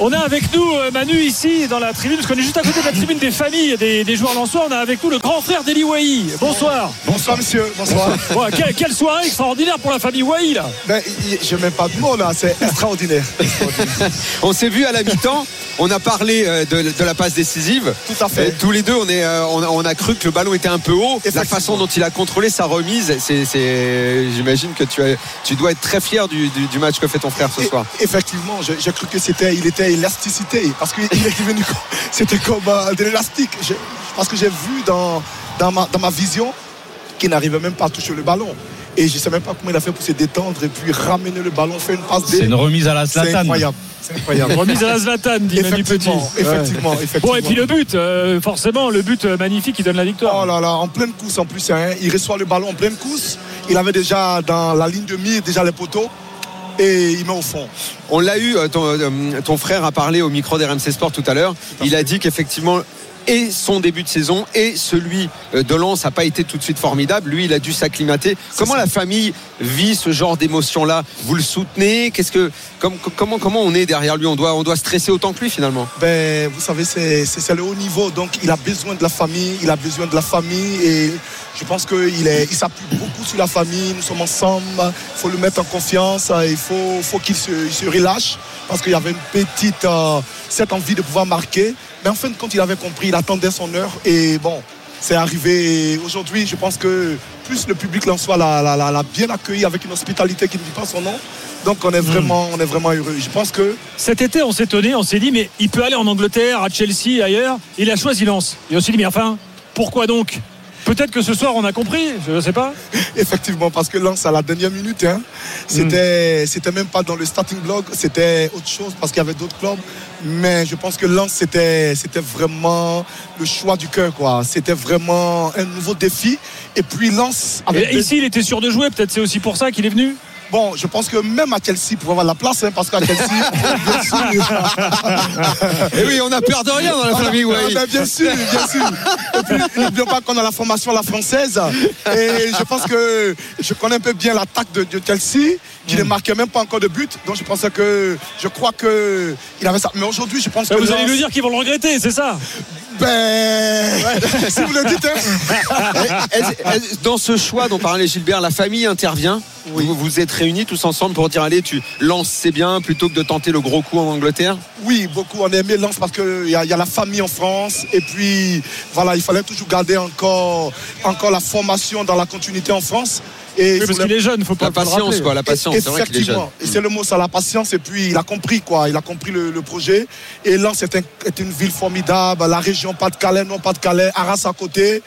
on a avec nous euh, Manu ici dans la tribune, parce qu'on est juste à côté de la tribune des familles des, des joueurs lensois. On a avec nous le grand frère d'Eli Wahi. Bonsoir. Bonsoir monsieur, bonsoir. Ouais, quelle, quelle soirée extraordinaire pour la famille Wahi là. Ben, y- y- je mets pas de mots là, c'est extraordinaire. On s'est vu à la mi-temps, on a parlé euh, de, de la passe décisive. Tout à fait. Et tous les deux, on, est, euh, on, a- on a cru que le ballon était un peu haut. Effectivement. La façon dont il a contrôlé sa remise, c'est, c'est- j'imagine que tu, as- tu dois être très fier du, du- du match que fait ton frère ce Et- soir. Effectivement, je- j'ai cru que c'était, il était élasticité, parce qu'il il est devenu, comme- c'était comme euh, de l'élastique. Je- Parce que j'ai vu dans, dans, ma, dans ma vision qu'il n'arrivait même pas à toucher le ballon. Et je sais même pas comment il a fait pour se détendre et puis ramener le ballon, faire une passe. C'est dé- une remise à la C'est Zlatan. incroyable, c'est incroyable. Remise à la Zlatan, dit Manu Petit. effectivement, effectivement, effectivement. Bon, et puis le but, euh, forcément, le but euh, magnifique qui donne la victoire. Oh là là, en pleine course en plus, hein. il reçoit le ballon en pleine course. Il avait déjà dans la ligne de mire déjà les poteaux et il met au fond. On l'a eu, euh, ton, euh, ton frère a parlé au micro d'RMC Sport tout à l'heure. Il a dit qu'effectivement, et son début de saison et celui euh, de Lens n'a pas été tout de suite formidable. Lui, il a dû s'acclimater. Comment la famille vit ce genre d'émotion-là Vous le soutenez Qu'est-ce que comme- comment comment on est derrière lui On doit on doit stresser autant que lui finalement. Ben, vous savez, c'est c'est- c'est le haut niveau, donc il a besoin de la famille, il a besoin de la famille et je pense qu'il est- il s'appuie beaucoup sur la famille, nous sommes ensemble, il faut le mettre en confiance, euh, il faut, faut qu'il se, il se relâche parce qu'il y avait une petite, euh, cette envie de pouvoir marquer. Mais en fin de compte, il avait compris, il attendait son heure et bon, c'est arrivé. Et Aujourd'hui, je pense que plus le public l'en soit l'a, l'a- l'a- l'a bien accueilli avec une hospitalité qui ne dit pas son nom. Donc on est vraiment, on est vraiment heureux. Je pense que Cet été, on s'est étonné, on s'est dit, mais il peut aller en Angleterre, à Chelsea, ailleurs. Il a choisi Lens. Et on s'est dit, mais enfin, pourquoi donc Peut-être que ce soir, on a compris, je ne sais pas. Effectivement, parce que Lens, à la dernière minute, hein, Hmm. c'était, c'était même pas dans le starting block, c'était autre chose parce qu'il y avait d'autres clubs. Mais je pense que Lens, c'était, c'était vraiment le choix du cœur, quoi. C'était vraiment un nouveau défi. Et puis Lens, avec Et ici, il était sûr de jouer, peut-être c'est aussi pour ça qu'il est venu. bon, je pense que même à Chelsea, pour avoir la place, hein, parce qu'à Chelsea, bien sûr, Et Eh oui, on a peur de rien dans la famille. Ah, ben, bien sûr, bien sûr. Et puis, n'oublions pas qu'on a la formation à la française. Et je pense que je connais un peu bien l'attaque de, de Chelsea, qui ne Hmm. marquait même pas encore de but. Donc je pensais que, je crois que il avait ça. Mais aujourd'hui, je pense que. Bah, vous allez Lens- nous dire qu'ils vont le regretter, c'est ça Ben, si vous le dites. hein. Dans ce choix dont parlait Gilbert, la famille intervient. Vous vous êtes réunis tous ensemble pour dire allez, tu lances c'est bien plutôt que de tenter le gros coup en Angleterre. Oui, beaucoup. On a aimé Lens parce qu'il y, a- il y a la famille en France. Et puis, voilà, il fallait toujours garder encore, encore la formation dans la continuité en France. Oui, Et il Parce voulait- qu'il est jeune, faut pas La faut le patience, rappeler. quoi, la patience. C'est vrai qu'il est jeune. Effectivement, Et c'est le mot, ça, la patience. Et puis, il a compris, quoi. Il a compris le, le projet. Et Lens est, un- est une ville formidable. La région Pas-de-Calais, non Pas-de-Calais, Arras à côté.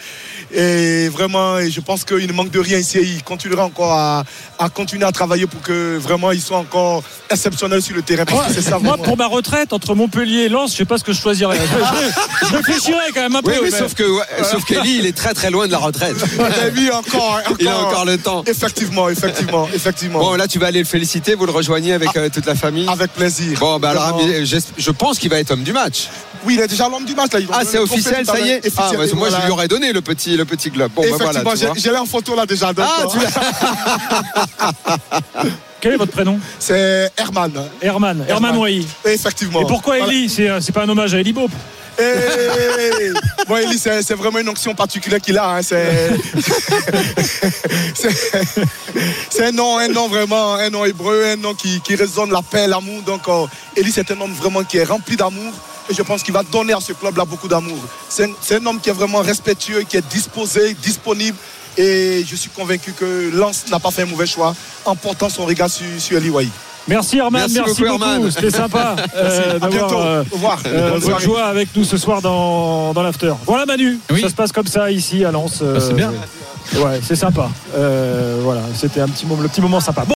Et vraiment, et je pense qu'il ne manque de rien ici. Et Il continuera encore à, à continuer à travailler pour que vraiment ils soient encore exceptionnels sur le terrain. Parce que c'est ça, Moi, vraiment. pour ma retraite, entre Montpellier et Lens, je sais pas ce que je choisirais. Je, je- je réfléchirais quand même un peu. Oui, mais mais- sauf que ouais, sauf qu'Eli, il est très très loin de la retraite. Ouais, lui, encore, encore. Il a encore le temps. Effectivement, effectivement, effectivement. Bon, là, tu vas aller le féliciter. Vous le rejoignez avec euh, toute la famille. Avec plaisir. Bon, bah, alors, Vraiment. euh, j'es- je pense qu'il va être homme du match. Oui, il est déjà l'homme du match. Là. Ils vont Ah, le c'est tromper officiel, tout à ça y l'heure. est. Ah, Officiel, parce que moi, voilà. je lui aurais donné le petit, le petit globe. Bon, bah, voilà. Effectivement, tu vois. j'ai- j'ai l'ai en photo là déjà. donc, Ah, euh, tu l'as- Quel est votre prénom C'est Herman. Herman. Herman Herman. Wahi. Effectivement. Et pourquoi Eli C'est euh, c'est pas un hommage à Eli Bob. Hey Bon, Eli, c'est c'est vraiment une onction particulière qu'il a. hein, C'est c'est- c'est un nom, un nom vraiment, un nom hébreu, un nom qui, qui résonne la paix, l'amour. Donc, euh, Eli, c'est un homme vraiment qui est rempli d'amour. Et je pense qu'il va donner à ce club-là beaucoup d'amour. C'est un- c'est un homme qui est vraiment respectueux, qui est disposé, disponible. Et je suis convaincu que Lance n'a pas fait un mauvais choix en portant son regard sur, sur Eli Wahi. Merci Herman, merci, Merci beaucoup, Herman. C'était sympa euh, À d'avoir bientôt. euh, Au revoir. euh, Bonne votre soirée. joie avec nous ce soir dans, dans l'after. Voilà Manu, Oui. ça se passe comme ça ici à Lens. euh, c'est bien. Ouais, c'est sympa. Euh, voilà, c'était un petit moment, le petit moment sympa. Bon.